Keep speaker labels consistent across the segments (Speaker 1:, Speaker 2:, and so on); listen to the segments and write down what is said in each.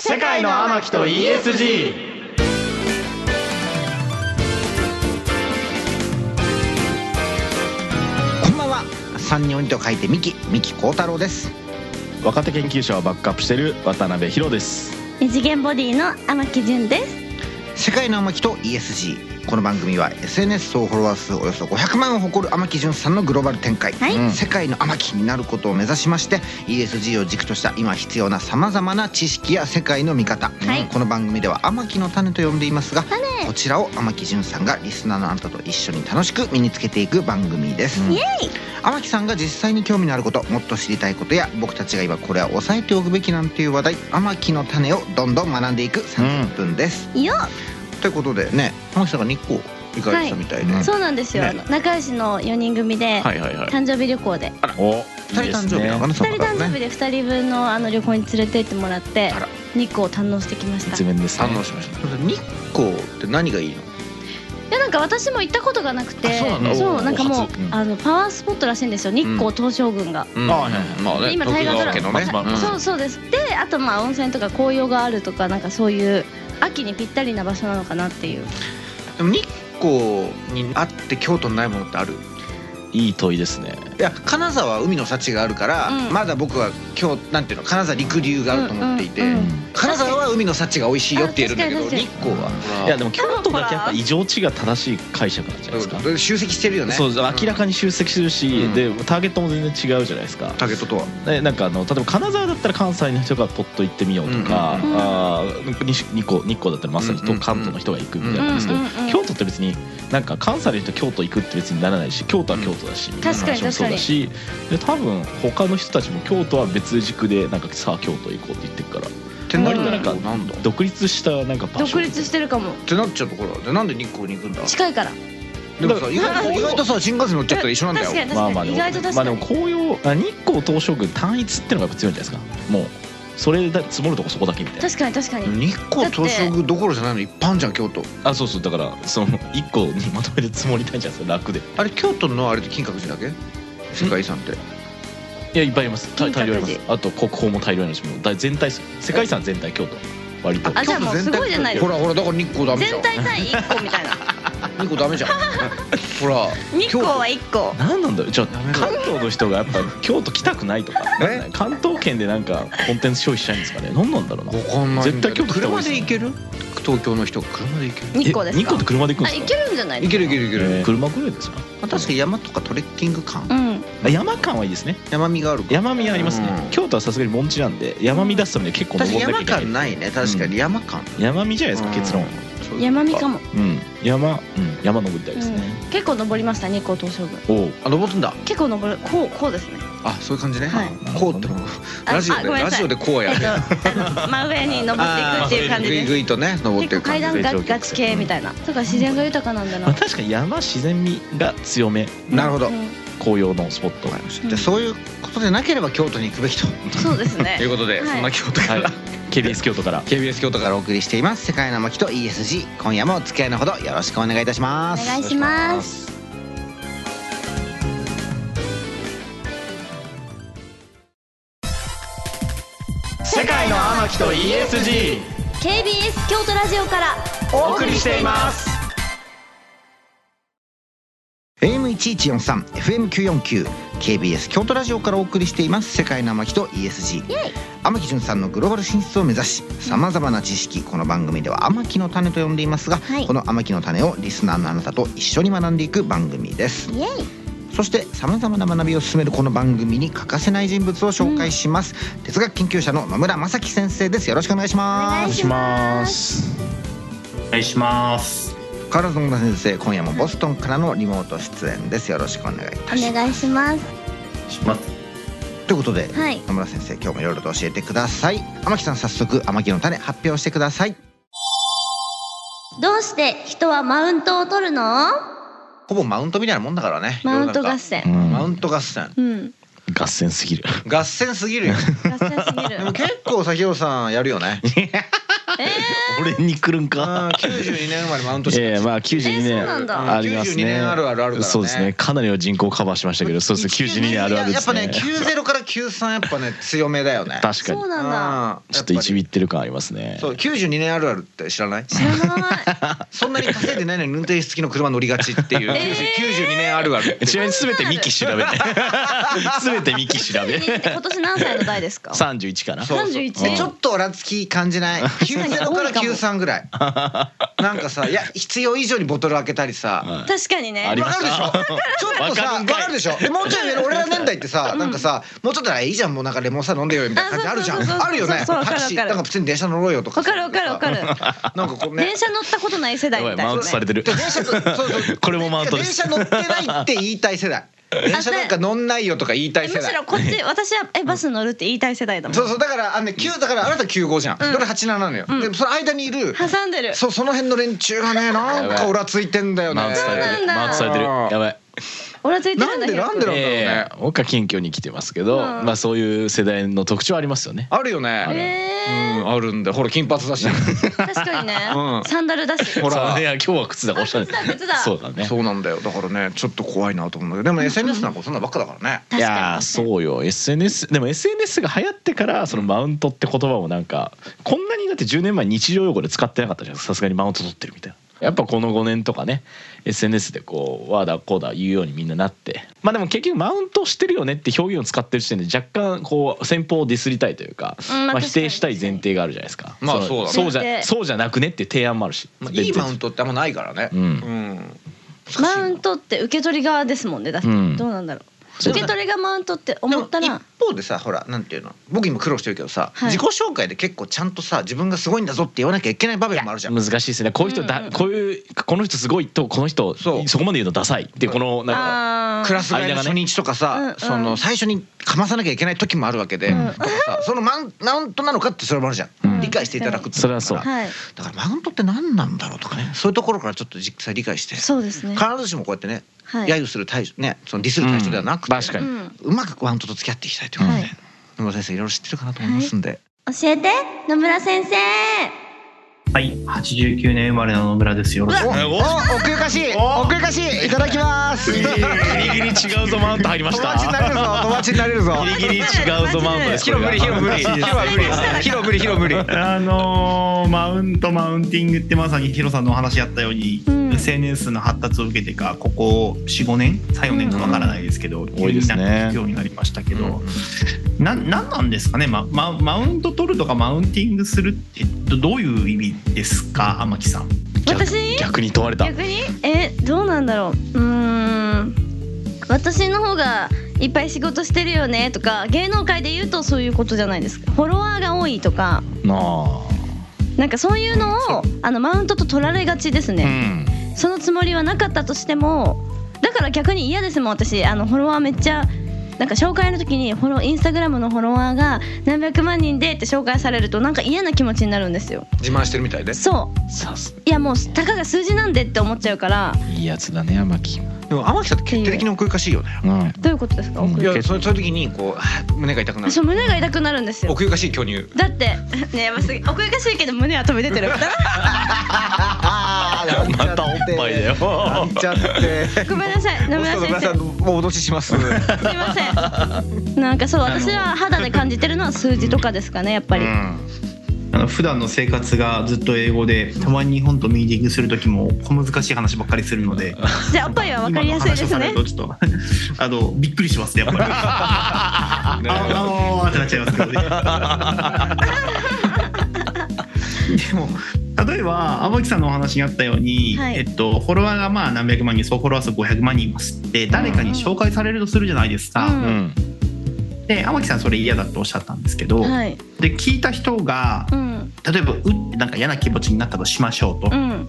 Speaker 1: 世界の天木と ESG
Speaker 2: こんばんは三人鬼と書いてミキミキ幸太郎です
Speaker 1: 若手研究者をバックアップしている渡辺博です
Speaker 3: 二次元ボディの天木純です。
Speaker 2: 世界の天木と ESG この番組は SNS 総フォロワー数およそ500万を誇る天木潤さんのグローバル展開、
Speaker 3: はい
Speaker 2: うん世界の天木になることを目指しまして ESG を軸とした今必要なさまざまな知識や世界の見方、
Speaker 3: はい
Speaker 2: この番組では天木の種と呼んでいますがこちらを天木潤さんがリスナーのあなたと一緒に楽しく身につけていく番組です、
Speaker 3: イエイ。
Speaker 2: 天木さんが実際に興味のあることもっと知りたいことや僕たちが今これは押さえておくべきなんていう話題天木の種をどんどん学んでいく30分です、
Speaker 3: いいよ。
Speaker 2: ということでね天木さんが日光行かれてたみたいで、
Speaker 1: はい
Speaker 3: そうなんですよ。
Speaker 1: ね
Speaker 3: あの仲良しの四人組で
Speaker 1: はいはいはい
Speaker 3: 誕生日旅行で。
Speaker 1: お
Speaker 2: 二人誕生日なのかなそ
Speaker 3: 二
Speaker 2: の
Speaker 3: 人誕
Speaker 2: 方
Speaker 3: 生日
Speaker 2: ね
Speaker 3: で二人分のあの旅行に連れて行ってもらって
Speaker 2: あら
Speaker 3: 日光を堪能してきました
Speaker 1: 一
Speaker 3: い
Speaker 1: 面ですね
Speaker 2: 堪能しました日光って何がいいの
Speaker 3: やなんか私も行ったことがなくて
Speaker 2: あそうなんだ
Speaker 3: そ
Speaker 1: おー
Speaker 3: うなんかもう
Speaker 1: 初うん
Speaker 3: あのパワースポットらしいんですよ日光東照宮が、
Speaker 2: うん
Speaker 1: あはいはい
Speaker 2: まあ
Speaker 3: 今大河ドラマ
Speaker 2: 徳川家のね、
Speaker 1: うん
Speaker 3: そうそうですであとまあ温泉とか紅葉があるとかなんかそういう秋にぴったりな場所なのかなっていう
Speaker 2: でも日光にあって京都にないものってある
Speaker 1: いい問いですね
Speaker 2: いや金沢は海の幸があるから、
Speaker 3: うん
Speaker 2: まだ僕は今日なんていうの金沢陸流があると思っていて、
Speaker 3: うんうん
Speaker 2: 金沢は海の幸が美味しいよって言えるんだけ
Speaker 3: あ
Speaker 2: ど
Speaker 3: 確か
Speaker 2: 日
Speaker 3: に
Speaker 2: 光はい
Speaker 1: やでも京都だけやっぱ異常値が正しい解釈なんじゃないですか
Speaker 2: だから集積してるよね
Speaker 1: そう明らか
Speaker 2: に
Speaker 1: に集積するし、
Speaker 2: うん
Speaker 1: でターゲットも全然違うじゃないですか
Speaker 2: ターゲットとは
Speaker 1: ね、なんかあの例えば金沢だったら関西の人がポッと行ってみようとか、
Speaker 2: うん
Speaker 3: うんうん
Speaker 1: あー西日光日光だったらまさに
Speaker 2: うんうんう
Speaker 1: と
Speaker 2: ん
Speaker 1: 関東の人が行くみたいなんですけど、
Speaker 3: うんうんうん
Speaker 1: 京都って別になんか関西の人京都行くって別にならないし京都は京都だし、みたいな話もそうだしで多分他の人たちも京都は別軸でなんかさあ京都行こうって言ってるから
Speaker 2: ってなると
Speaker 1: 割となん
Speaker 2: なんだっ
Speaker 1: 独立したなんか場所
Speaker 3: 独立してるかも
Speaker 2: てなっちゃうところでなんで日光に行くんだ
Speaker 3: 近いから
Speaker 2: でもさ
Speaker 1: だから
Speaker 2: 意外と
Speaker 1: うん
Speaker 2: 意外とさ新幹線乗っちゃったら一緒なんだ
Speaker 3: 確か
Speaker 2: よ
Speaker 3: に確
Speaker 1: まあま
Speaker 3: か
Speaker 1: あ
Speaker 3: に
Speaker 1: で
Speaker 3: 意
Speaker 1: も
Speaker 3: 外と確
Speaker 1: まあ
Speaker 3: か
Speaker 1: でも
Speaker 3: に
Speaker 1: 紅葉あ日光東照宮単一ってのがやっぱ強いんじゃないですかもうそれだ積もるとこそこだけみたいな
Speaker 3: 確かに確かに
Speaker 2: 日光東照宮どころじゃないのいっぱいあんじゃん京都
Speaker 1: あそうそうだからその1個にまとめて積もりたいんじゃないですか楽で
Speaker 2: あれ京都のあれって金閣寺だけ世界遺産って
Speaker 1: いやいっぱいあります大
Speaker 3: 金
Speaker 1: 大
Speaker 3: 閣寺
Speaker 1: 量ありますあと国宝も大量ありますもう大全体です世界遺産全体京都割と
Speaker 3: あじゃあもうすごいじゃないです
Speaker 2: ほ
Speaker 3: から
Speaker 2: ほらだから日光ダメじゃん
Speaker 3: 全体単位1個みたいな
Speaker 2: 日光ダメじゃ んほら
Speaker 3: 日光は1個
Speaker 1: 何なんだよじゃあ
Speaker 2: ダメだ
Speaker 1: 関東の人がやっぱ京都来たくないとか
Speaker 2: え
Speaker 1: 関東圏でなんかコンテンツ消費したいんですかね何なんだろうな
Speaker 2: わかんない
Speaker 1: 絶対京都来た方が
Speaker 2: 車
Speaker 1: いい
Speaker 2: で行ける東京の人車で行ける
Speaker 3: 日光ですか
Speaker 1: え日光って車で行くん
Speaker 3: あ
Speaker 1: です
Speaker 3: い
Speaker 1: か
Speaker 3: けるんじゃない
Speaker 2: 行ける行ける行ける
Speaker 1: えー車ぐらいですよ
Speaker 2: まあ確かに山とかトレッキング感
Speaker 3: うん
Speaker 1: あ山間はいいですね
Speaker 2: 山見があるから
Speaker 1: 山見ありますね
Speaker 2: うん
Speaker 1: 京都はさすがに盆地なんで山見出すためには結構
Speaker 2: 確
Speaker 1: 登
Speaker 2: かに
Speaker 1: んなきゃ
Speaker 2: 山
Speaker 1: いけない
Speaker 2: 感ないね確かに山感
Speaker 1: 山見じゃないですか結論
Speaker 2: そう
Speaker 3: 山見かも
Speaker 1: うん山うん山登りたいですね
Speaker 3: 結構登りました日光東照宮
Speaker 1: おう
Speaker 2: あ登るんだ
Speaker 3: 結構登るこうこうですね
Speaker 2: あそういう感じね
Speaker 3: はい
Speaker 2: こうってのは
Speaker 3: あ
Speaker 2: ラジオ
Speaker 3: あ
Speaker 2: で
Speaker 3: ごめん
Speaker 2: ラ
Speaker 3: なさ
Speaker 2: ジ
Speaker 3: い
Speaker 2: オでこう
Speaker 3: え
Speaker 2: や
Speaker 3: っとあの真上に登っていくっていう感じ
Speaker 2: ぐい
Speaker 3: です
Speaker 2: ぐいとね登って
Speaker 3: 結
Speaker 2: い
Speaker 3: 構
Speaker 2: く感
Speaker 3: 階
Speaker 2: じ
Speaker 3: 段ガチガチ系みたいなだから自然が豊かなん だ
Speaker 1: まあ、
Speaker 3: な
Speaker 1: 確かに山自然味が強め
Speaker 2: なるほど
Speaker 3: う
Speaker 2: わ
Speaker 3: ん
Speaker 1: 紅葉のスポット
Speaker 2: かりましたじゃあそういうことでなければ京都に行くべきと
Speaker 3: そうです
Speaker 2: という
Speaker 3: ね
Speaker 2: ことで
Speaker 3: はい
Speaker 2: そんな京都か
Speaker 1: はい
Speaker 2: ら
Speaker 1: KBS 京都から
Speaker 2: KBS 京都からお送りしています世界の巻と ESG 今夜もお付き合いのほどよろしくお願いいたしま
Speaker 3: お
Speaker 2: す
Speaker 3: 願いします
Speaker 1: 世界の天木と ESG
Speaker 3: KBS 京都ラジオから
Speaker 1: お送りしています
Speaker 2: AM1143 FM949 KBS 京都ラジオからお送りしています世界の天木と ESG 天木潤さんのグローバル進出を目指しさまざまな知識この番組では天木の種と呼んでいますが、
Speaker 3: はい
Speaker 2: この天木の種をリスナーのあなたと一緒に学んでいく番組です
Speaker 3: イエイ
Speaker 2: そしてさまざまな学びを進めるこの番組に欠かせない人物を紹介します、哲学研究者の野村正樹先生ですよろしくお願いし
Speaker 3: お
Speaker 2: ま
Speaker 3: 願い
Speaker 2: す
Speaker 3: します
Speaker 4: お願いします。
Speaker 2: カラゾン先生今夜もボストンからのリモート出演ですよろしくお願いいたします
Speaker 3: お願いします
Speaker 4: します。
Speaker 2: ということで、
Speaker 3: はい
Speaker 2: 野村先生今日もいろいろと教えてください天木さん早速天木の種発表してください
Speaker 3: どうして人はマウントを取るのマ
Speaker 2: ほぼマウントみたいなもんだからね
Speaker 3: ウント合
Speaker 1: う
Speaker 3: 戦
Speaker 2: 世の中
Speaker 1: ん
Speaker 2: マウント合戦
Speaker 3: うん
Speaker 1: 合戦すぎる
Speaker 2: 合戦すぎるよ
Speaker 3: 合戦すぎる
Speaker 2: でも結構先ほどさんやるよね
Speaker 1: 俺に来るんか
Speaker 2: あー92年生まれマウントして
Speaker 1: ええまあ92
Speaker 3: えーそうな
Speaker 1: 年
Speaker 3: んだ
Speaker 1: あります
Speaker 2: 92
Speaker 1: ね
Speaker 2: 年あるあるあるからね
Speaker 1: そうですねかなりの人口カバーしましたけどそうですね92年あるあるで
Speaker 2: やっ
Speaker 1: す
Speaker 2: ぱ
Speaker 1: ね
Speaker 2: ね90から93やっぱね強めだよね
Speaker 1: 確かに
Speaker 3: そうなんだ
Speaker 2: うん
Speaker 1: ちょっと
Speaker 2: やぱり
Speaker 1: 一ビってる感ありますね
Speaker 2: そう92年あるあるって知らない
Speaker 3: 知らない
Speaker 2: そんなに稼いでないのに運転手付きの車乗りがちっていう
Speaker 3: えー
Speaker 2: 92年あるあるって
Speaker 1: ち なみに全てミキ調 べて全てミキ調べ
Speaker 3: 92って今年何歳の代ですか
Speaker 1: 31かな
Speaker 2: そうそう
Speaker 3: 31
Speaker 2: でちょっとオラつき感じ ない90から93ぐらいなんかさいや必要以上にボトル開けたりさ
Speaker 1: はい
Speaker 3: 確かに
Speaker 1: あり
Speaker 3: ね
Speaker 1: ま
Speaker 2: わ
Speaker 1: し
Speaker 2: かるでしょ
Speaker 1: た
Speaker 2: ちょっとさ
Speaker 1: わかるん
Speaker 2: わ
Speaker 1: かい
Speaker 2: かるでしょでもうち ょい上の俺ら年代ってさなんかさもうちょっとならいいじゃんもうなんかレモンさ飲んでよみたいな感じあるじゃ
Speaker 3: あそうそうそうん
Speaker 2: あるよね
Speaker 3: そうそうわか
Speaker 2: タ
Speaker 3: る
Speaker 2: クシー
Speaker 3: わ
Speaker 2: な
Speaker 3: か
Speaker 2: ん
Speaker 3: る
Speaker 2: か普通に電車乗ろうよとか
Speaker 3: わ
Speaker 2: さ
Speaker 3: かるわかるわかる
Speaker 2: なんかこうね
Speaker 3: 電車乗ったことない世代
Speaker 1: やば
Speaker 3: み
Speaker 1: い
Speaker 3: たい
Speaker 1: マ
Speaker 3: な
Speaker 1: ウントされてる
Speaker 2: 電車そうそう
Speaker 1: これもマウントです
Speaker 2: 電車乗ってないって言いたい世代電車なんか乗んないよとか言いたい
Speaker 3: え
Speaker 2: 世
Speaker 3: むし
Speaker 2: 代
Speaker 3: ろこっち私はえバス乗るって言いたい世代だもん
Speaker 2: そうそうだからあのね9だからあなた95じゃん
Speaker 3: うん
Speaker 2: 俺87なのよでその間にいる
Speaker 3: 挟んでる
Speaker 2: そうその辺の連中がねなんかオラついてんだよね
Speaker 1: マウントされて
Speaker 3: そう
Speaker 1: る
Speaker 3: なんだ
Speaker 1: マウントされてる
Speaker 2: あー
Speaker 1: やばい
Speaker 3: 俺ついて
Speaker 2: な
Speaker 3: るん
Speaker 2: ん
Speaker 3: だ
Speaker 2: で
Speaker 3: けど
Speaker 2: なんでなんだろう
Speaker 1: え
Speaker 2: ね
Speaker 1: え僕は近況に来てますけど
Speaker 3: うん
Speaker 1: まあそういう世代の特徴ありますよね
Speaker 2: あるよねう
Speaker 3: え
Speaker 2: んあるんだよほら金髪だ し
Speaker 3: ー、確かにね、
Speaker 2: うん
Speaker 3: サンダルだし
Speaker 2: ほら
Speaker 1: そういや今日は靴だからおしゃれ
Speaker 3: あ靴だ靴だ
Speaker 1: そうだね
Speaker 2: そうなんだよだからねちょっと怖いなと思うんだけどでも SNS なんかそんなばっかだからね
Speaker 1: い
Speaker 3: 確か
Speaker 1: や
Speaker 3: に
Speaker 1: ーそうよ SNS でも SNS が流行ってからそのマウントって言葉もなんかこんなにだって10年前日常用語で使ってなかったじゃんさすがにマウント取ってるみたいなやっぱこの5年とかね SNS でこうわーだこうだ言うようにみんななってまあでも結局マウントしてるよねって表現を使ってる時点で若干こう先方をディスりたいというか、
Speaker 3: うんまあ
Speaker 1: まあ、
Speaker 3: 確かに
Speaker 1: 否定したい前提があるじゃないですか、
Speaker 2: まあ
Speaker 1: の
Speaker 2: そうだね
Speaker 1: そうじ
Speaker 3: 前
Speaker 1: ゃ
Speaker 3: 提
Speaker 1: そうじゃなくねっていう提案もあるし、
Speaker 2: まあいいマウン
Speaker 1: ト
Speaker 2: トってあんまないからね
Speaker 1: うん
Speaker 2: うん
Speaker 3: マウントって受け取り側ですもんねだって、
Speaker 1: うん
Speaker 3: どうなんだろ
Speaker 1: そう
Speaker 3: う受け取りがマウントって
Speaker 2: で
Speaker 3: 思
Speaker 2: も
Speaker 3: ったら
Speaker 2: 一方でさほらなんていうの僕今苦労してるけどさ、
Speaker 3: はい
Speaker 2: 自己紹介で結構ちゃんとさ自分がすごいんだぞって言わなきゃいけない場面もあるじゃん。
Speaker 1: 難しいですねこういう人だ、
Speaker 3: うんうん
Speaker 1: こういうこの人すごいとこの人
Speaker 2: そ
Speaker 1: そうこまで言うとダサいっていうこのなんか。
Speaker 3: あ
Speaker 2: クラス替えの初日とかさ、
Speaker 3: 間がね
Speaker 2: そ
Speaker 3: うんう
Speaker 2: の
Speaker 3: ん
Speaker 2: 最初にかまさなきゃいけない時もあるわけで、
Speaker 1: うん
Speaker 2: だからさそのマンマウントなのかってそれもあるじゃん、
Speaker 1: うん
Speaker 2: 理解していただくってい
Speaker 1: それ
Speaker 2: の
Speaker 1: はそう
Speaker 2: だから
Speaker 3: はい
Speaker 2: だからマウントって何なんだろうとかねそういうところからちょっと実際理解して、
Speaker 3: そうですね
Speaker 2: 必ずしもこうやってね、
Speaker 3: はい
Speaker 2: 揶揄する対象ねそのディスる対象ではなくて、
Speaker 1: うん確か
Speaker 3: う
Speaker 1: に
Speaker 3: ん、
Speaker 2: うまくマウントと付き合っていきたいということで、
Speaker 3: はい
Speaker 2: 野村先生いろいろ知ってるかなと思いますんで、
Speaker 3: 教えて野村先生
Speaker 4: はい、89年生まれの野村です。よろしく。
Speaker 1: お
Speaker 2: お奥ゆかしい
Speaker 1: お
Speaker 2: 奥ゆかしいいただきます
Speaker 1: ギ
Speaker 2: 友
Speaker 1: リギリ違うぞマウント入りました
Speaker 2: 達になれるぞ友達になれるぞ
Speaker 1: ギリギリ違うぞマウントです
Speaker 2: ヒロ無理ヒロ無理ヒロは無理ヒロ無理ヒロ無理
Speaker 4: あのーマウントマウンティングってまさにヒロさんのお話あったように、
Speaker 3: うん
Speaker 4: SNS の発達を受けてかここ45年34年かわからないですけど、
Speaker 1: 多いですね
Speaker 4: 急になんか聞くようになりましたけど、ななんなんですかね、まま、マウント取るとかマウンティングするってどどういう意味ですか天木さん。
Speaker 1: 逆
Speaker 3: 私
Speaker 1: 逆に問われた
Speaker 3: 逆にえどうなんだろううーん私の方がいっぱい仕事してるよねとか芸能界で言うとそういうことじゃないですかフォロワーが多いとか
Speaker 1: なあ
Speaker 3: なんかそういうのをあのマウントと取られがちです
Speaker 1: う
Speaker 3: ね、
Speaker 1: ん
Speaker 3: そのつもりはなかったとしてもだから逆に嫌ですもん私あのフォロワーめっちゃなんか紹介の時にフォローインスタグラムのフォロワーが何百万人でって紹介されるとなんか嫌な気持ちになるんですよ
Speaker 2: 自慢してるみたいで
Speaker 3: そ
Speaker 1: さす
Speaker 3: ういやもうたかが数字なんでって思っちゃうから
Speaker 1: いいやつだね天木
Speaker 2: でも天木さんって決定的に奥ゆかしいよね
Speaker 1: うん
Speaker 3: どういうことですか
Speaker 1: うん
Speaker 3: 奥
Speaker 2: い
Speaker 3: ゆか
Speaker 2: やそうそういう時にこうあ胸が痛くなる
Speaker 3: そう胸が痛くなるんですよ
Speaker 2: 奥ゆかしい巨乳
Speaker 3: だって ねやばすぎ奥ゆかしいけど胸は飛び出てる
Speaker 2: ああ
Speaker 1: またおっぱいだよ
Speaker 2: なんちゃって
Speaker 3: ごめんなさ い野村
Speaker 2: 野
Speaker 3: 先
Speaker 2: 村
Speaker 3: 生
Speaker 2: さんもう脅しします
Speaker 3: すいませんなんかそう私は肌で感じてるのは数字とかですかねやっぱり、
Speaker 4: あの普段の生活がずっと英語でたまに日本とミーティングする時も小難しい話ばっかりするので
Speaker 3: じゃあおっぱいは分かりやすいで
Speaker 4: 今
Speaker 3: す
Speaker 4: の話をさ
Speaker 3: ね
Speaker 4: れるとちょっとあのびっくりしますねやっぱり ああーってなっちゃいますけどねでも例えば天木さんのお話にあったように、
Speaker 3: はい
Speaker 4: えっと、フォロワーがまあ何百万人総フォロワー数500万人いますって誰かに紹介されるとするじゃないですか、
Speaker 3: うん
Speaker 1: うん
Speaker 4: で天木さんそれ嫌だとおっしゃったんですけど、
Speaker 3: はい
Speaker 4: で聞いた人が
Speaker 3: うん
Speaker 4: 例えば「う」ってなんか嫌な気持ちになったとしましょうと、
Speaker 3: うん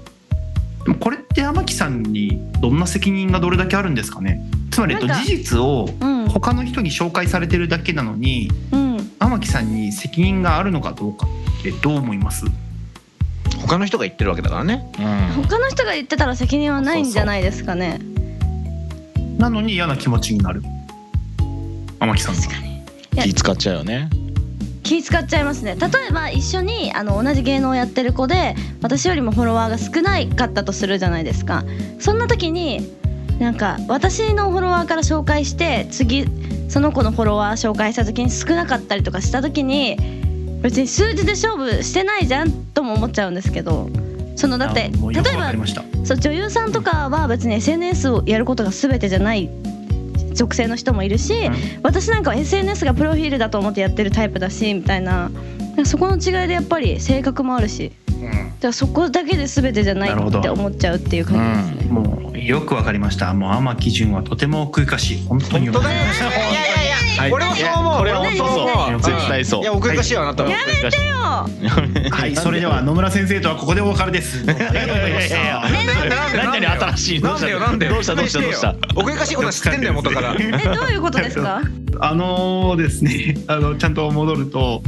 Speaker 4: でもこれって天木さんにどんな責任がどれだけあるんですかねつまりえっと
Speaker 3: なんか
Speaker 4: 事実を
Speaker 3: うん
Speaker 4: 他の人に紹介されてるだけなのに
Speaker 3: うん
Speaker 4: 天木さんに責任があるのかどうかってどう思います
Speaker 2: 他の人が言ってるわけだからね
Speaker 1: うん
Speaker 3: 他の人が言ってたら責任はないんじゃないですかね
Speaker 4: なのに嫌な気持ちになる天木さんが
Speaker 3: 確かにいや
Speaker 1: 気使っちゃうよね
Speaker 3: 気気使っちゃいますね例えば一緒にあの同じ芸能をやってる子で私よりもフォロワーが少ないかったとするじゃないですかそんな時になんか私のフォロワーから紹介して次その子のフォロワー紹介した時に少なかったりとかした時に別に数字で勝負してないじゃんとも思っちゃうんですけどそのだって
Speaker 4: あもう
Speaker 3: 例
Speaker 4: よく
Speaker 3: え
Speaker 4: わ
Speaker 3: ば
Speaker 4: かりました
Speaker 3: そう女優さんとかは別に SNS をやることが全てじゃない属性の人もいるし、
Speaker 4: うん
Speaker 3: 私なんかは SNS がプロフィールだと思ってやってるタイプだしみたいなそこの違いでやっぱり性格もあるしだからそこだけで全てじゃない
Speaker 4: なるほど
Speaker 3: って思っちゃうっていう感じですね。
Speaker 4: もうよくわかりましたもう天城潤はとても奥ゆかしい本当によくわかりまし
Speaker 2: いやいやいや
Speaker 1: はい
Speaker 2: 俺もそう思う
Speaker 1: これも
Speaker 3: 俺
Speaker 1: そう
Speaker 3: 何
Speaker 1: そう
Speaker 4: 何
Speaker 1: 絶対そう
Speaker 2: いや奥ゆかしいよあなたは
Speaker 1: やめて
Speaker 4: たはいそれでは野村先生とはここでお別れですありがとうございまし
Speaker 1: いやいやいや
Speaker 4: た
Speaker 1: いや
Speaker 2: なんでなん
Speaker 1: 何
Speaker 2: で
Speaker 1: 々新しいど
Speaker 2: な
Speaker 1: うんした
Speaker 2: だよなんだよ
Speaker 1: どうしたどうしたどうした
Speaker 2: 説明てよ奥ゆかしいことは知ってんだよ元から
Speaker 3: えどういうことです か
Speaker 4: あのーですね あのちゃんと戻ると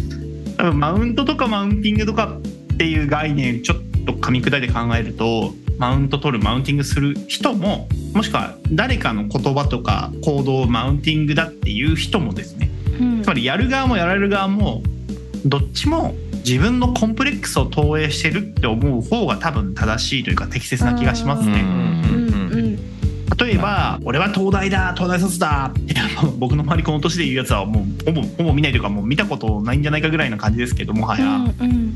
Speaker 4: 多分マウントとかマウンティングとかっていう概念ちょっと噛み砕いて考えるとマウント取るマウンティングする人ももしくは誰かの言葉とか行動をマウンティングだっていう人もですね
Speaker 3: うん
Speaker 4: つまりやる側もやられる側もどっちも自分のコンプレックスを投影してるって思う方が多分正しいというか適切な気がします
Speaker 3: うん
Speaker 4: ね。
Speaker 1: ん
Speaker 3: うん
Speaker 4: 例えば「俺は東大だ東大卒だ」ってあの 僕の周りこの年で言うやつはもうほぼほぼ見ないというかもう見たことないんじゃないかぐらいな感じですけどもはや、
Speaker 3: うん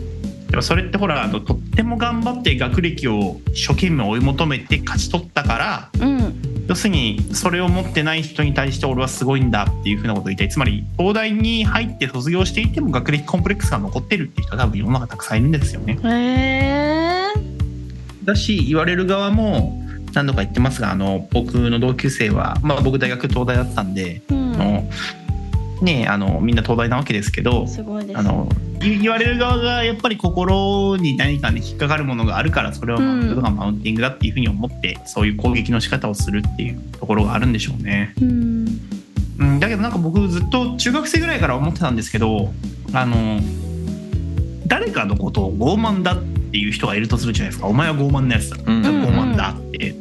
Speaker 4: でもそれってほらあのとっても頑張って学歴を一生懸命追い求めて勝ち取ったから
Speaker 3: うんうん
Speaker 4: 要するにそれを持ってない人に対して俺はすごいんだっていうふうなことを言いたいつまり東大に入って卒業していても学歴コンプレックスが残ってるっていう人は多分世の中たくさんいるんですよね。
Speaker 3: へー
Speaker 4: だし言われる側も何度か言ってますがあの僕の同級生は、まあ、僕大学東大だったんで。
Speaker 3: うん
Speaker 4: あのねあのみんな東大なわけですけど
Speaker 3: すごいです
Speaker 4: あのい言われる側がやっぱり心に何かね引っかかるものがあるからそれはマウントとかマウンティングだっていうふうに思って、そういう攻撃の仕方をするっていうところがあるんでしょうね。
Speaker 3: うん
Speaker 4: うん、だけどなんか僕ずっと中学生ぐらいから思ってたんですけどあの誰かのことを傲慢だっていう人がいるとするじゃないですかお前は傲慢なやつだ
Speaker 2: うん
Speaker 3: うん
Speaker 4: 傲慢だって、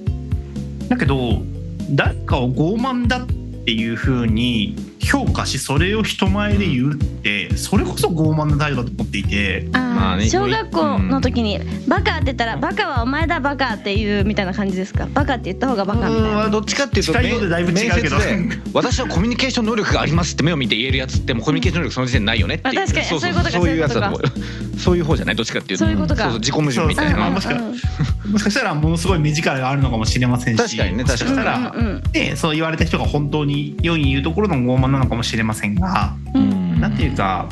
Speaker 4: だけど誰かを傲慢だっていうふうに評価しそれを人前で言うってそれこそ傲慢な態度だと思っていて
Speaker 3: あー
Speaker 2: まあね
Speaker 3: 小学校の時に「バカ」って言ったら「バカはお前だバカ」っていうみたいな感じですか「バカ」って言った方がバカみたいな
Speaker 2: うんどっちかっていうと
Speaker 4: 近いようでだいぶ違うけど
Speaker 2: 面接で私はコミュニケーション能力がありますって目を見て言えるやつってもうコミュニケーション能力その時点でないよねっていう
Speaker 3: あ確かにそういうことか
Speaker 2: そういうやつだと思うそういう方じゃないどっちかっていうと
Speaker 3: そういうことか
Speaker 2: そうそう自己矛盾みたい
Speaker 4: まあ
Speaker 2: な
Speaker 4: もしかもしかしたらものすごい目力があるのかもしれませんし
Speaker 2: 確かにね確かに
Speaker 4: もししたら、
Speaker 3: うん
Speaker 4: ね、そう言われた人が本当に世に言うところの傲慢なのかもしれませんが
Speaker 3: うんうん
Speaker 4: なんていうか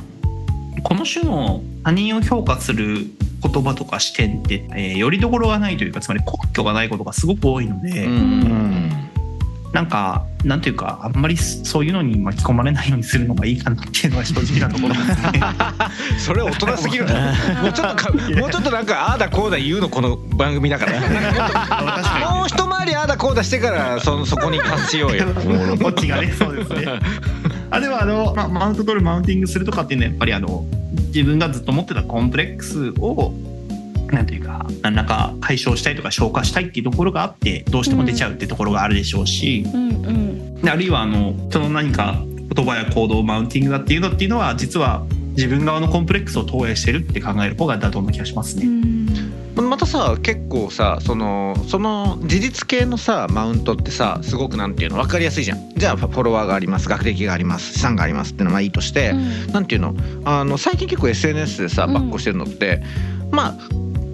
Speaker 4: この種の他人を評価する言葉とか視点って、えー、よりどころがないというかつまり根拠がないことがすごく多いので。
Speaker 2: うんうん
Speaker 4: なんか、なんていうか、あんまりそういうのに巻き込まれないようにするのがいいかなっていうのは正直なところです ね。
Speaker 2: それは大人すぎる なもうちょっとかもうちょっとなんかああだこうだ言うのこの番組だ からもう一回りああだこうだしてからそそこに達しようよ
Speaker 4: こっちがね、そうですね。あでもあの、まあ、マウント取るマウンティングするとかっていうのはやっぱりあの自分がずっと持ってたコンプレックスをなんていうか何らか解消したいとか消化したいっていうところがあってどうしても出ちゃうっていうところがあるでしょうし、
Speaker 3: うんうん
Speaker 4: であるいはあの人の何か言葉や行動をマウンティングだっていうのっていうのは実は自分側のコンプレックスを投影してるって考える方が妥当な気がしますね。
Speaker 2: またさ結構さそのその事実系のさマウントってさすごくなんていうの分かりやすいじゃんじゃあフォロワーがあります学歴があります資産がありますってのはいいとして、なんていうのあの最近結構 SNS でさ
Speaker 3: うん
Speaker 2: バッコしてるのって、まあ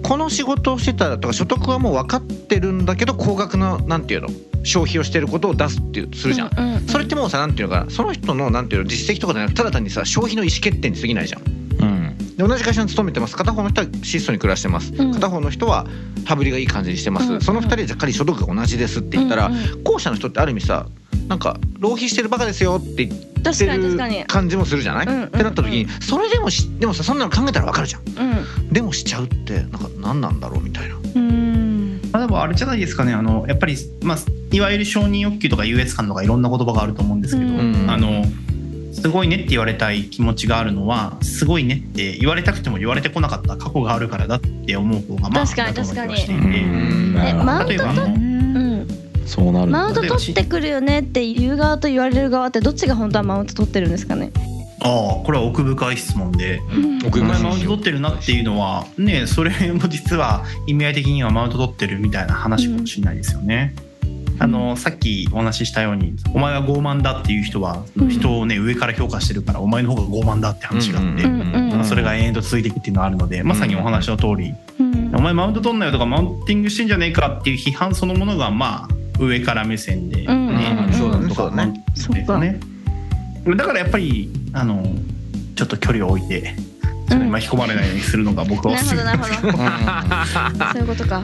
Speaker 2: この仕事をしてたとか所得はもう分かってるんだけど高額のなんていうの消費をしてることを出すっていうするじゃん。
Speaker 3: うんうん
Speaker 2: それってもうさなんていうのかなその人のなんていうの実績とかじゃなくてただ単にさ消費の意思決定に過ぎないじゃん。で同じ会社に勤めてます片方の人は質素に暮らしてます、
Speaker 3: うん
Speaker 2: 片方の人は羽振りがいい感じにしてます、
Speaker 3: うん
Speaker 2: その2人でじゃっかり所得が同じですって言ったら、
Speaker 3: うんうん
Speaker 2: 後者の人ってある意味さなんか浪費してるバカですよって言って
Speaker 3: 確かに確かに
Speaker 2: る感じもするじゃない、
Speaker 3: うんうんうん
Speaker 2: ってなった時にそれでもしでもさそんなの考えたらわかるじゃん
Speaker 3: う
Speaker 2: でもしちゃうってなんか何なんだろうみたいな。
Speaker 3: ん
Speaker 4: まあ、でもあれじゃないですかねあのやっぱり、まあ、いわゆる承認欲求とか優越感とかいろんな言葉があると思うんですけど、
Speaker 3: うん
Speaker 4: あのすごいねって言われたい気持ちがあるのはすごいねって言われたくても言われてこなかった過去があるからだって思う方がまあ
Speaker 3: 確かに
Speaker 4: 妥当な気が
Speaker 3: 確か
Speaker 4: していて
Speaker 3: えマウント
Speaker 4: 例えばあ
Speaker 3: 取っ
Speaker 4: の
Speaker 3: うん
Speaker 1: そうなるんだ
Speaker 3: マウント取ってくるよねって言う側と言われる側ってどっちが本当はマウント取ってるんですかね
Speaker 4: あああこれは奥深い質問で
Speaker 1: 奥
Speaker 4: お前
Speaker 1: 深
Speaker 4: マウン
Speaker 1: い
Speaker 4: ト取ってるなっていうのはねそれも実は意味合い的にはマウント取ってるみたいな話かもしれないですよね。あのさっきお話ししたようにお前は傲慢だっていう人は
Speaker 3: うん
Speaker 4: 人をね上から評価してるからお前の方が傲慢だって話があって
Speaker 3: う。んうん
Speaker 4: まあそれが延々と続いていくっていうのはあるのでまさにお話の通り
Speaker 3: うん
Speaker 4: お前マウント取んなよとかマウンティングしてんじゃねえかっていう批判そのものがまあ上から目線で、
Speaker 3: うん
Speaker 2: うん
Speaker 4: ね
Speaker 2: そうだね
Speaker 4: とか
Speaker 2: そうだね
Speaker 4: なんていうかねだからやっぱりあのちょっと距離を置いてそれに巻き込まれないようにするのが僕はお
Speaker 3: なる
Speaker 4: す
Speaker 3: ほ
Speaker 4: すめ
Speaker 3: どなるほどそういうことか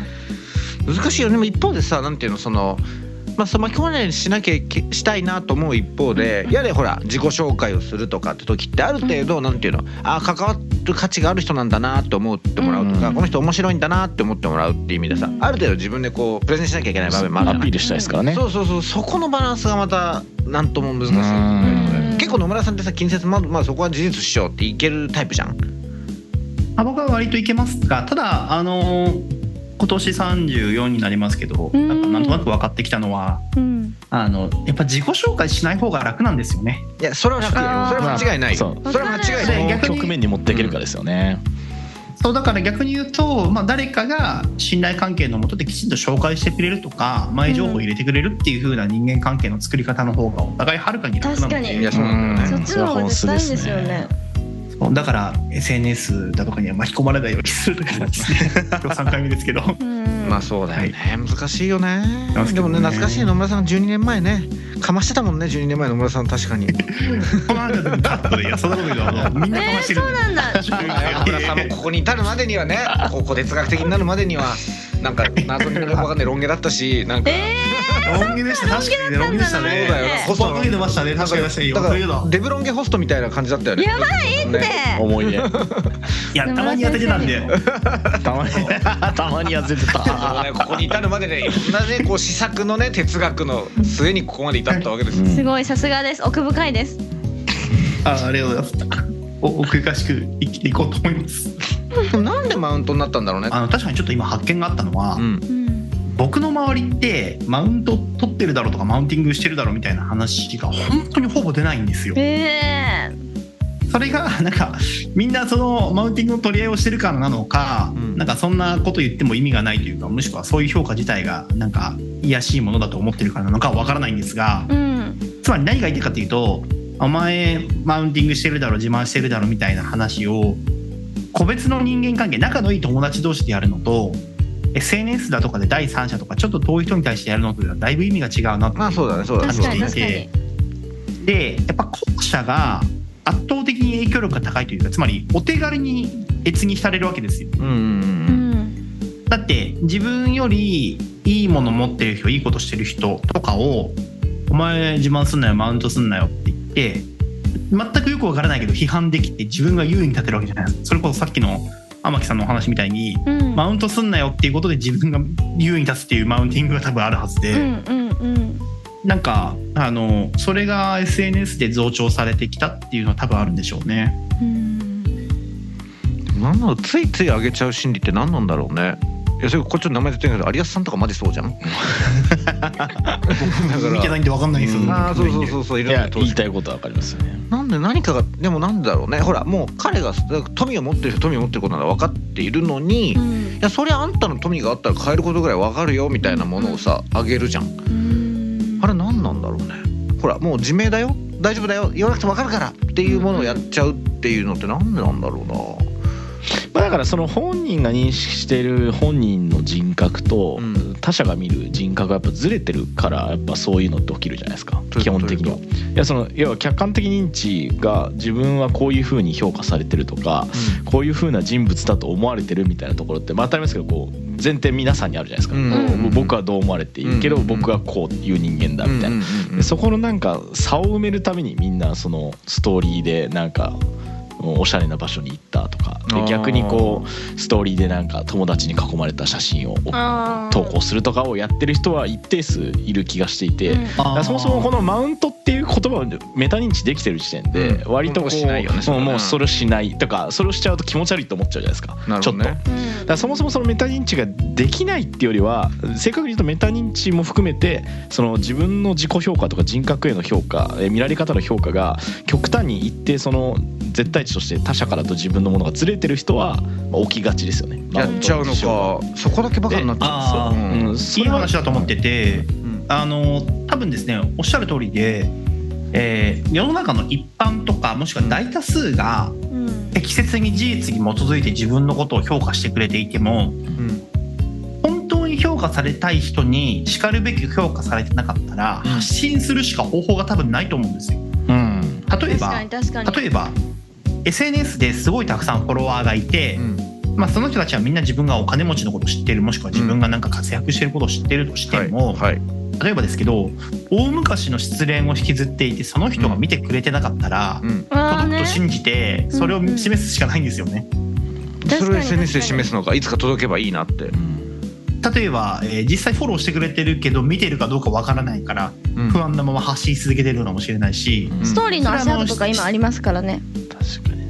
Speaker 2: 難しいよねでも一方でさなんていうのそのまあ、その巻き込まれないようにしなきゃいけしたいなと思う一方でやれほら自己紹介をするとかって時ってある程度なんていうのあー関わる価値がある人なんだなと思ってもらうとか、
Speaker 1: うん
Speaker 2: この人面白いんだなって思ってもらうっていう意味でさある程度自分でこうプレゼンしなきゃいけない場面もあるじゃ
Speaker 1: ア
Speaker 2: な
Speaker 1: ピ
Speaker 2: い
Speaker 1: ールしたいですからね
Speaker 2: そうそうそうそこのバランスがまた何とも難しいんだよ
Speaker 3: う
Speaker 2: ね
Speaker 3: ん
Speaker 2: 結構野村さんってさ近接まあまあそこは事実主張っていけるタイプじゃん
Speaker 4: あ僕は割といけますがただあの今年34になりますけど
Speaker 3: うん
Speaker 4: なんかなんとなく分かってきたのは
Speaker 3: うん
Speaker 4: あのやっぱ自己紹介しない方が楽なんですよね。
Speaker 2: いやそれは楽よ
Speaker 3: あ
Speaker 2: そ
Speaker 3: ー
Speaker 2: れは間違いない
Speaker 1: そ
Speaker 2: よ
Speaker 1: う
Speaker 2: それは間違いない
Speaker 4: で
Speaker 1: こ
Speaker 4: 逆
Speaker 1: の
Speaker 4: に
Speaker 1: 局面に持っていけるかですよね、
Speaker 4: そうだから逆に言うと、まあ、誰かが信頼関係のもとできちんと紹介してくれるとか前情報を入れてくれるっていう風な人間関係の作り方の方がお互いはるかに楽なの
Speaker 3: 確かに
Speaker 4: で
Speaker 2: いやそうなんだよ
Speaker 3: そ
Speaker 2: ね
Speaker 3: っちの方が絶対いいですよね
Speaker 4: そうだから SNS だとかには巻き込まれないようにするとかですね 今日3回目ですけど
Speaker 3: うん
Speaker 2: まあそうだよね難しいよね
Speaker 4: 難しい
Speaker 2: でもね
Speaker 4: ね
Speaker 2: 懐かしい野村さん12年前ねかましてたもんね12年前の野村さん確 かに
Speaker 4: この間でカットでいやそんなこと言うとあのみんなか
Speaker 3: え
Speaker 4: ま
Speaker 3: ー
Speaker 4: してる
Speaker 3: そうなんだ
Speaker 2: 野村さんもここに至るまでに はねここう哲学的になるまでにはなんか謎にわかんないロン毛だった しなんか
Speaker 3: え
Speaker 4: ロン毛でした確かにねロン毛でした
Speaker 2: そ
Speaker 4: ね
Speaker 2: うだよね
Speaker 4: 細く出ましたね確かに確かに
Speaker 2: だ
Speaker 4: 細い
Speaker 2: から
Speaker 4: の
Speaker 2: デブロン毛ホストみたいな感じだったよね
Speaker 3: やば
Speaker 2: い
Speaker 3: ーって
Speaker 1: 思い出
Speaker 4: いやたまに当ててたんで
Speaker 1: たまにたまにやって
Speaker 2: もう
Speaker 1: た
Speaker 2: ね、ここに至るまでね、いろんなね、こう試作のね、哲学の末にここまで至ったわけですよ。
Speaker 3: すごいさすがです奥深いです
Speaker 4: あありがとうございますお奥ゆかしく生きていこうと思います
Speaker 2: でもなんでマウントになったんだろうね。
Speaker 4: あの確かにちょっと今発見があったのは、
Speaker 2: うん、
Speaker 3: うん
Speaker 4: 僕の周りってマウント取ってるだろうとかマウンティングしてるだろうみたいな話が本当にほぼ出ないんですよ。
Speaker 3: えー
Speaker 4: それがなんかみんなそのマウンティングの取り合いをしてるからなのか、
Speaker 2: うん
Speaker 4: なんかそんなこと言っても意味がないというかもしくはそういう評価自体がなんか卑しいものだと思ってるからなのかはわからないんですが
Speaker 3: うん
Speaker 4: つまり何が言いたいかというとお前マウンティングしてるだろ自慢してるだろみたいな話を個別の人間関係仲のいい友達同士でやるのと SNS だとかで第三者とかちょっと遠い人に対してやるのとではだいぶ意味が違うなって
Speaker 2: まあ、そうだね、そうだね。
Speaker 3: 確かに
Speaker 2: そうだね
Speaker 3: 確かに
Speaker 4: でやっぱ後者が圧倒的に影響力が高いというかつまりお手軽に越に浸れるわけですよ
Speaker 2: うん、うん
Speaker 3: う
Speaker 2: うん、
Speaker 3: ん
Speaker 4: だって自分よりいいもの持ってる人いいことしてる人とかを「お前自慢すんなよマウントすんなよ」って言って全くよくわからないけど批判できて自分が優位に立てるわけじゃないですかそれこそさっきの天木さんのお話みたいに
Speaker 3: うん
Speaker 4: マウントすんなよっていうことで自分が優位に立つっていうマウンティングが多分あるはずで。
Speaker 3: うんうんうん
Speaker 4: なんかあのそれが SNS で増長されてきたっていうのは多分あるんでしょうね。
Speaker 3: うん
Speaker 2: なんだろう、ついつい上げちゃう心理って何なんだろうね。いや、それ、こっちの名前出てるけど、有安さんとかマジそうじゃん。だから
Speaker 4: 見てないんで分かんないんですよ。
Speaker 1: うん
Speaker 2: ああ、そうそうそうそう、い
Speaker 1: い
Speaker 2: ろい
Speaker 1: や
Speaker 2: ろと
Speaker 1: 言いたいことはわかりますよね
Speaker 2: なんで何かがでもなんだろうねほらもう彼が富を持ってる人富を持ってることなら分かっているのに、
Speaker 3: う
Speaker 2: い
Speaker 3: ん
Speaker 2: やそりゃあんたの富があったら買えることぐらい分かるよみたいなものをさあげるじゃん
Speaker 3: うん
Speaker 2: あれ何なんだろうねほらもう自明だよ大丈夫だよ言わなくて分かるからっていうものをやっちゃうっていうのってなんでなんだろう
Speaker 1: まあ、だからその本人が認識している本人の人格と
Speaker 2: うん
Speaker 1: 他者が見る人格がやっぱずれてるからやっぱそういうのって起きるじゃないですか
Speaker 2: どういうこと
Speaker 1: 基本的には
Speaker 2: ど。
Speaker 1: いやその要は客観的認知が自分はこういうふうに評価されてるとかこういうふうな人物だと思われてるみたいなところって、まあ、当たり前ですけどこう前提皆さんにあるじゃないですか、
Speaker 2: うん
Speaker 1: もう僕はどう思われているけど、
Speaker 2: うん
Speaker 1: 僕はこういう人間だ
Speaker 2: な
Speaker 1: みたいな。
Speaker 2: うん
Speaker 1: でそこのなんか差を埋めるためにみんなそのストーリーでなんかうんおしゃれな場所に行ったとかで
Speaker 2: あー
Speaker 1: 逆にこうストーリーでなんか友達に囲まれた写真を
Speaker 3: あー
Speaker 1: 投稿するとかをやってる人は一定数いる気がしていて、
Speaker 3: うん
Speaker 1: だからそもそもこのマウントっていう言葉をメタ認知できてる時点で
Speaker 2: うん
Speaker 1: 割とこ
Speaker 2: もうしないよね
Speaker 1: う
Speaker 2: それ
Speaker 1: もう
Speaker 2: はね
Speaker 1: もうそれをしないとかそれをしちゃうと気持ち悪いと思っちゃうじゃないですか
Speaker 2: なる
Speaker 1: ち
Speaker 2: ほ
Speaker 1: ょっ
Speaker 2: ど
Speaker 1: と。
Speaker 2: ね
Speaker 1: だからそもそもそのメタ認知ができないっていうよりは正確に言うとメタ認知も含めてその自分の自己評価とか人格への評価えー見られ方の評価が極端に一定その絶対値として他者からと自分のものがずれてる人はまあ起きがちですよね。
Speaker 2: やっちゃうのかそこだけバカになって
Speaker 1: ま
Speaker 4: あ
Speaker 1: あ
Speaker 2: るん
Speaker 1: う
Speaker 2: で
Speaker 1: ん、
Speaker 4: い
Speaker 1: そ
Speaker 4: い
Speaker 1: れは
Speaker 4: 話だと思って
Speaker 2: す
Speaker 4: て
Speaker 2: ようん
Speaker 4: あの多分ですねおっしゃる通りで、えー世の中の一般とかもしくは大多数が
Speaker 3: うん
Speaker 4: 適切に事実に基づいて自分のことを評価してくれていて
Speaker 2: う
Speaker 4: も
Speaker 2: ん
Speaker 4: 本当に評価されたい人にしかるべき評価されてなかったら
Speaker 1: うん
Speaker 4: 発信するしか方法が多分ないと思うんですよ。
Speaker 1: うん
Speaker 4: 例え
Speaker 3: 確
Speaker 4: ば
Speaker 3: かに確かに
Speaker 4: 例えば SNS ですごいたくさんフォロワーがいて、
Speaker 2: うん
Speaker 4: まあ、その人たちはみんな自分がお金持ちのことを知ってるもしくは自分がなんか活躍してることを知ってるとしても、
Speaker 2: はい
Speaker 4: 例えばですけど大昔の失恋を引きずっていてその人が見てくれてなかったら、
Speaker 2: うん
Speaker 3: あー
Speaker 4: 届くと
Speaker 3: ね
Speaker 4: 信じてそれを示すしかないんですよね。
Speaker 3: 確かに
Speaker 2: それを SNS で示すのかいつか届けばいいなって
Speaker 4: 例えば、えー実際フォローしてくれてるけど見てるかどうかわからないから
Speaker 2: うん
Speaker 4: 不安なまま発信し続けてるのかもしれないし、
Speaker 2: うん
Speaker 3: ストーリーの足跡とか今ありますからね
Speaker 1: 確かにな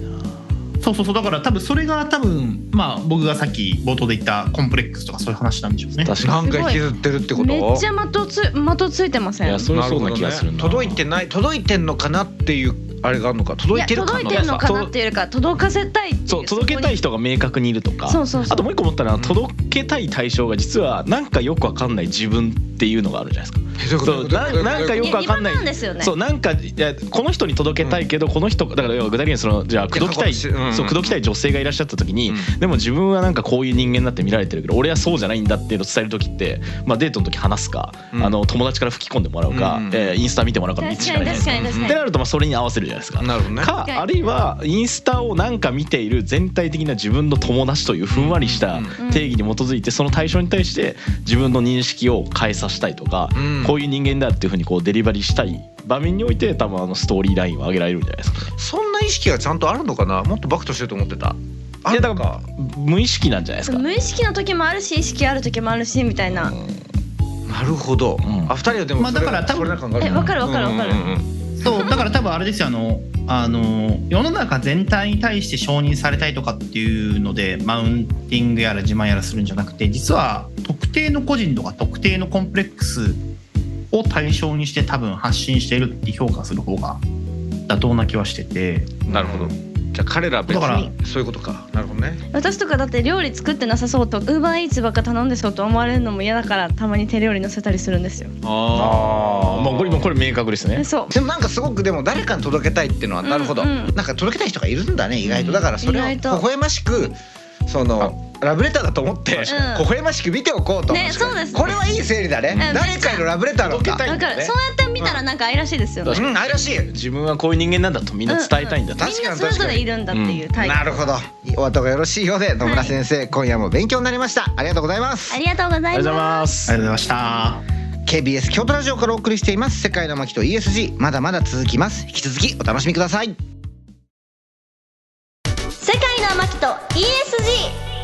Speaker 4: そうそうそうだから多分それが多分まあ僕がさっき冒頭で言ったコンプレックスとかそういう話なんでしょうね。
Speaker 1: 確か
Speaker 2: なんか引きずってるってこと
Speaker 3: めっちゃ的つ的ついてませ
Speaker 1: い
Speaker 3: ん
Speaker 1: やそれはそうな気がするな
Speaker 2: なほどね届いてない届いてんのかなっていうあれがあるのか
Speaker 3: い
Speaker 2: 届い
Speaker 3: や
Speaker 2: てるか
Speaker 3: 届いてるのかなっていうよりか届かせたいっていう
Speaker 1: そう届けたい
Speaker 3: そ
Speaker 1: 人が明確にいると
Speaker 3: こ
Speaker 1: か
Speaker 3: にそうそうそう
Speaker 1: あともう一個思ったのは
Speaker 2: うん
Speaker 1: 届けたい対象が実はなんかよくわかんない自分っていうのがあるじゃないですか。
Speaker 2: えどういうこと
Speaker 1: そう
Speaker 2: どういうこと
Speaker 1: ななんかよくわかんない
Speaker 3: いや今なんですよね
Speaker 1: そうなんかいやこの人に届けたいけど、この人だから要は具体的にそのじゃあ口説きたい
Speaker 2: いや過去のしうん
Speaker 1: そう口説きたい女性がいらっしゃった時に、
Speaker 2: うん
Speaker 1: でも自分はなんかこういう人間だって見られてるけど俺はそうじゃないんだっていうのを伝える時って、まあ、デートの時話すか、
Speaker 2: うん
Speaker 1: あの友達から吹き込んでもらうか、
Speaker 2: うん
Speaker 1: えーインスタ見てもらうかの
Speaker 3: 確
Speaker 1: 3つし
Speaker 3: か
Speaker 1: かない
Speaker 3: に
Speaker 1: じゃないで
Speaker 3: 確
Speaker 1: すか。っ
Speaker 3: かに確か
Speaker 1: て
Speaker 3: に
Speaker 1: なるとまあそれに合わせるじゃないですか。
Speaker 2: なるほどね
Speaker 1: かあるいはインスタをなんか見ている全体的な自分の友達というふんわりした
Speaker 3: うん
Speaker 1: 定義に基づいてその対象に対して自分の認識を変えさせたいとか
Speaker 2: うん
Speaker 1: こういう人間だっていうふうにこうデリバリーしたい場面において多分あのストーリーラインを上げられるんじゃないですかね
Speaker 2: そんな意識がちゃんとあるのかなもっとバクとしてると思ってたあるのか
Speaker 1: 無意識なんじゃないですか
Speaker 3: 無意識の時もあるし意識ある時もあるしみたいな
Speaker 2: なるほど、
Speaker 1: うん
Speaker 2: あ二人はでも
Speaker 4: まあだから多分
Speaker 3: えわかるわかるわかる
Speaker 4: そうだから多分あれですよあのあの世の中全体に対して承認されたいとかっていうのでマウンティングやら自慢やらするんじゃなくて実は特定の個人とか特定のコンプレックスを対象にして多分発信しているって評価する方が妥当な気はしてて
Speaker 2: なるほどじゃあ彼らは別
Speaker 4: だから
Speaker 2: にそういうことかなるほどね
Speaker 3: 私とかだって料理作ってなさそうとウーバーイーツばっか頼んでそうと思われるのも嫌だからたまに手料理乗せたりするんですよ
Speaker 1: ああもうこれもうこ
Speaker 2: れ
Speaker 1: れ明確ですね
Speaker 3: えそう
Speaker 2: でもなんかすごくでも誰かに届けたいっていうのはなるほど、
Speaker 3: うんうん
Speaker 2: なんか届けたい人がいるんだね意外とだからそれを
Speaker 3: 意外
Speaker 2: 微
Speaker 3: と
Speaker 2: 笑ましくそのラブレターだと思って
Speaker 1: 確
Speaker 3: かに
Speaker 2: 微笑ましく見ておこうと、
Speaker 3: ねそうですね
Speaker 2: これはいい整理だね、
Speaker 3: ん
Speaker 2: 誰かへのラブレターなん
Speaker 1: 届けた
Speaker 2: だ
Speaker 1: い
Speaker 3: だ
Speaker 1: ん
Speaker 3: か
Speaker 1: だ
Speaker 3: ら
Speaker 1: よね
Speaker 3: そうやって見たらなんか愛らしいですよね
Speaker 1: 確
Speaker 2: うん愛らしい
Speaker 1: 自分はこういう人間なんだとみんな伝えたいんだと
Speaker 2: う
Speaker 3: みん
Speaker 2: 確か
Speaker 3: な
Speaker 2: に
Speaker 3: それぞれいるんだっていうタイプ
Speaker 2: なるほどお後がよろしいようで野村先生、今夜も勉強になりましたありがとうございます
Speaker 3: ありがとうご
Speaker 1: あ
Speaker 3: ざ
Speaker 1: り
Speaker 3: い
Speaker 1: がとうござい
Speaker 3: ます
Speaker 1: ます
Speaker 4: ありがとうございました
Speaker 2: KBS 京都ラジオからお送りしています世界の巻と ESG まだまだ続きます引き続きお楽しみください
Speaker 5: 世界の天木と ESG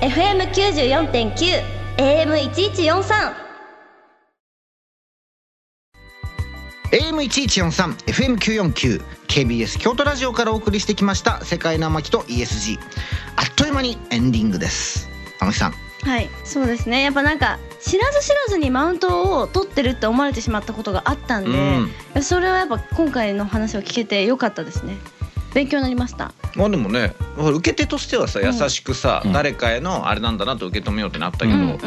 Speaker 5: FM94.9AM1143
Speaker 2: AM1143 FM949 KBS 京都ラジオからお送りしてきました世界の巻と ESG あっという間にエンディングです天木さん
Speaker 3: はいそうですねやっぱなんか知らず知らずにマウントを取ってるって思われてしまったことがあったんで、
Speaker 2: うん
Speaker 3: それはやっぱ今回の話を聞けてよかったですね勉強になりました
Speaker 2: まあでもね受け手としてはさ
Speaker 3: ん
Speaker 2: 優しくさ、
Speaker 1: うん
Speaker 2: 誰かへのあれなんだなと受け止めようってなったけど、
Speaker 1: うん
Speaker 3: うん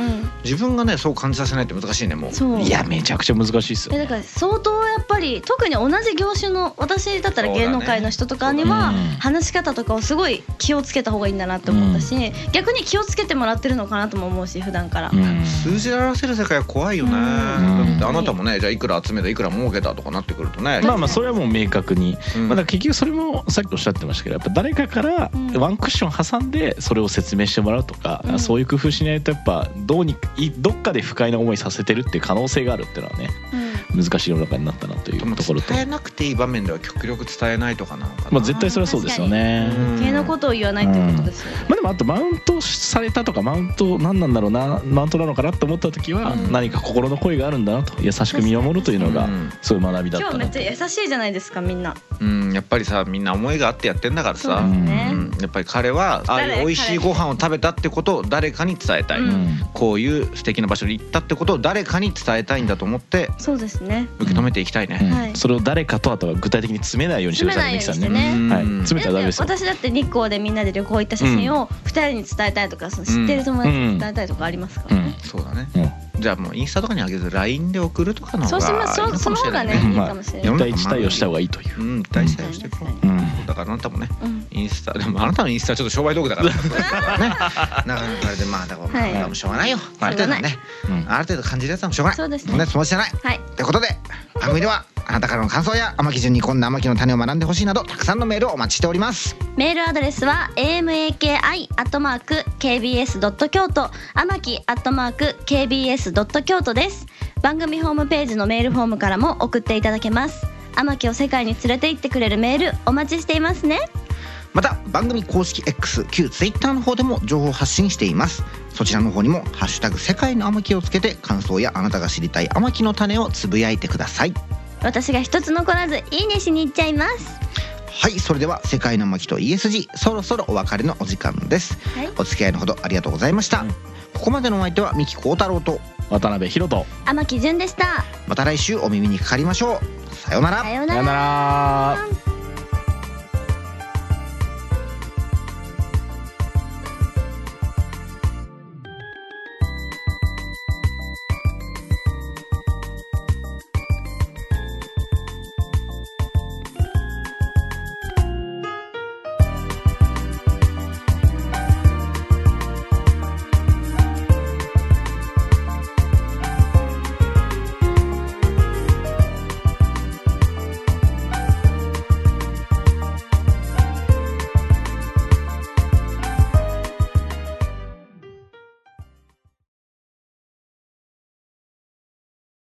Speaker 2: 自分がねそう感じさせないって難しいねもう
Speaker 3: そう
Speaker 1: いやめちゃくちゃ難しいです
Speaker 3: え
Speaker 1: よ
Speaker 3: だから相当やっぱり特に同じ業種の私だったら
Speaker 2: そうだね
Speaker 3: 芸能界の人とかには
Speaker 1: うん
Speaker 3: 話し方とかをすごい気をつけた方がいいんだなって思ったし、逆に気をつけてもらってるのかなとも思うし普段から、
Speaker 1: うん
Speaker 2: 数字で表せる世界は怖いよね、
Speaker 3: うん
Speaker 2: だってあなたもねじゃあいくら集めたいくら儲けたとかなってくるとね、
Speaker 1: まあまあそれはもう明確に
Speaker 2: うん
Speaker 1: まあ、だから結局それもさっきおっしゃってましたけどやっぱ誰かから
Speaker 3: うん
Speaker 1: ワンクッション挟んでそれを説明してもらうとか、
Speaker 3: うん
Speaker 1: そういう工夫しないとやっぱどうにいどっかで不快な思いさせてるっていう可能性があるっていうのはね、
Speaker 3: うん
Speaker 1: 難しい世の中になったなとい
Speaker 2: でも
Speaker 1: うところと
Speaker 2: 伝えなくていい場面では極力伝えないとかなのかな、
Speaker 1: まあ絶対それはそうですよね
Speaker 2: 確かに
Speaker 3: 余計なことを言わないってことですよね、
Speaker 1: まあでもあとマウントされたとかマウント何なんだろうなマウントなのかなと思った時は
Speaker 2: うん
Speaker 1: 何か心の声があるんだなと優しく見守るというのが
Speaker 2: うん
Speaker 1: そういう学びだっ
Speaker 3: 今
Speaker 1: た
Speaker 3: 日
Speaker 1: な
Speaker 3: めっ
Speaker 1: と
Speaker 3: ちゃ優しいじゃないですかみんな
Speaker 2: うんやっぱりさみんな思いがあってやってんだから
Speaker 3: そう
Speaker 2: さ
Speaker 3: ですね、
Speaker 2: うんやっぱり彼はああいう美味しいご飯を食べたってことを誰かに伝えたい、
Speaker 3: う
Speaker 1: うんん
Speaker 2: こういう素敵な場所に行ったってことを誰かに伝えたいんだと思って
Speaker 3: そうですね
Speaker 2: 受け止めていきたいね。
Speaker 1: うん
Speaker 3: はい
Speaker 1: それを誰かとあとは具体的に詰めないようにしてくださいねミキさん
Speaker 3: 詰めな
Speaker 1: ね
Speaker 3: いよう
Speaker 2: うん
Speaker 1: はい詰めたらダメですよ
Speaker 3: 私だって日光でみんなで旅行行った写真を2人に伝えたいとかその知ってる友達に伝えたいとかありますか、
Speaker 1: うん
Speaker 2: そうだね。
Speaker 1: うん
Speaker 2: じゃあもうインスタとかにあげず LINE で送るとかの方
Speaker 3: そう
Speaker 2: が
Speaker 3: し
Speaker 2: いい
Speaker 3: ますそうその方がね
Speaker 2: かもしれない
Speaker 3: い
Speaker 1: ね
Speaker 3: いかもしれない、
Speaker 2: ま
Speaker 1: 一対一対応した方がいいという
Speaker 2: うん、大事だよしていこう。
Speaker 3: 確
Speaker 1: う
Speaker 3: か
Speaker 1: ん
Speaker 2: だからあなたもね、
Speaker 3: うん
Speaker 2: インスタでもあなたのインスタはちょっと商売道具だから。ね、なかなかあれでまあだからまあ
Speaker 3: はい
Speaker 2: あなたもしょうがないよ。ある程度はね、
Speaker 1: うん
Speaker 2: ある程度感じるやつはもうしょうがない。
Speaker 3: そうですね
Speaker 2: そんなやつ友達じゃない。
Speaker 3: はい
Speaker 2: ということで番組ではあなたからの感想や天城順にこんな天城の種を学んでほしいなどたくさんのメールをお待ちしております
Speaker 5: メールアドレスは amaki.kbs. 京都天木 .kbs. 京都です番組ホームページのメールフォームからも送っていただけます天木を世界に連れて行ってくれるメールお待ちしていますね
Speaker 2: また番組公式 X 旧 Twitter の方でも情報を発信していますそちらの方にも「ハッシュタグ世界の天城」をつけて感想やあなたが知りたい天城の種をつぶやいてください
Speaker 5: 私が一つ残らずいいねしに行っちゃいます
Speaker 2: はいそれでは「世界の天城と ESG」そろそろお別れのお時間です、
Speaker 5: はい
Speaker 2: お付き合いのほどありがとうございました、
Speaker 1: うん
Speaker 2: ここまでのお相手は三木幸太郎と
Speaker 1: 渡辺宏斗
Speaker 5: 天木純でした
Speaker 2: また来週お耳にかかりましょうさようなら
Speaker 5: さよう
Speaker 1: さ
Speaker 5: な
Speaker 1: よ
Speaker 5: ら
Speaker 1: なら
Speaker 5: バン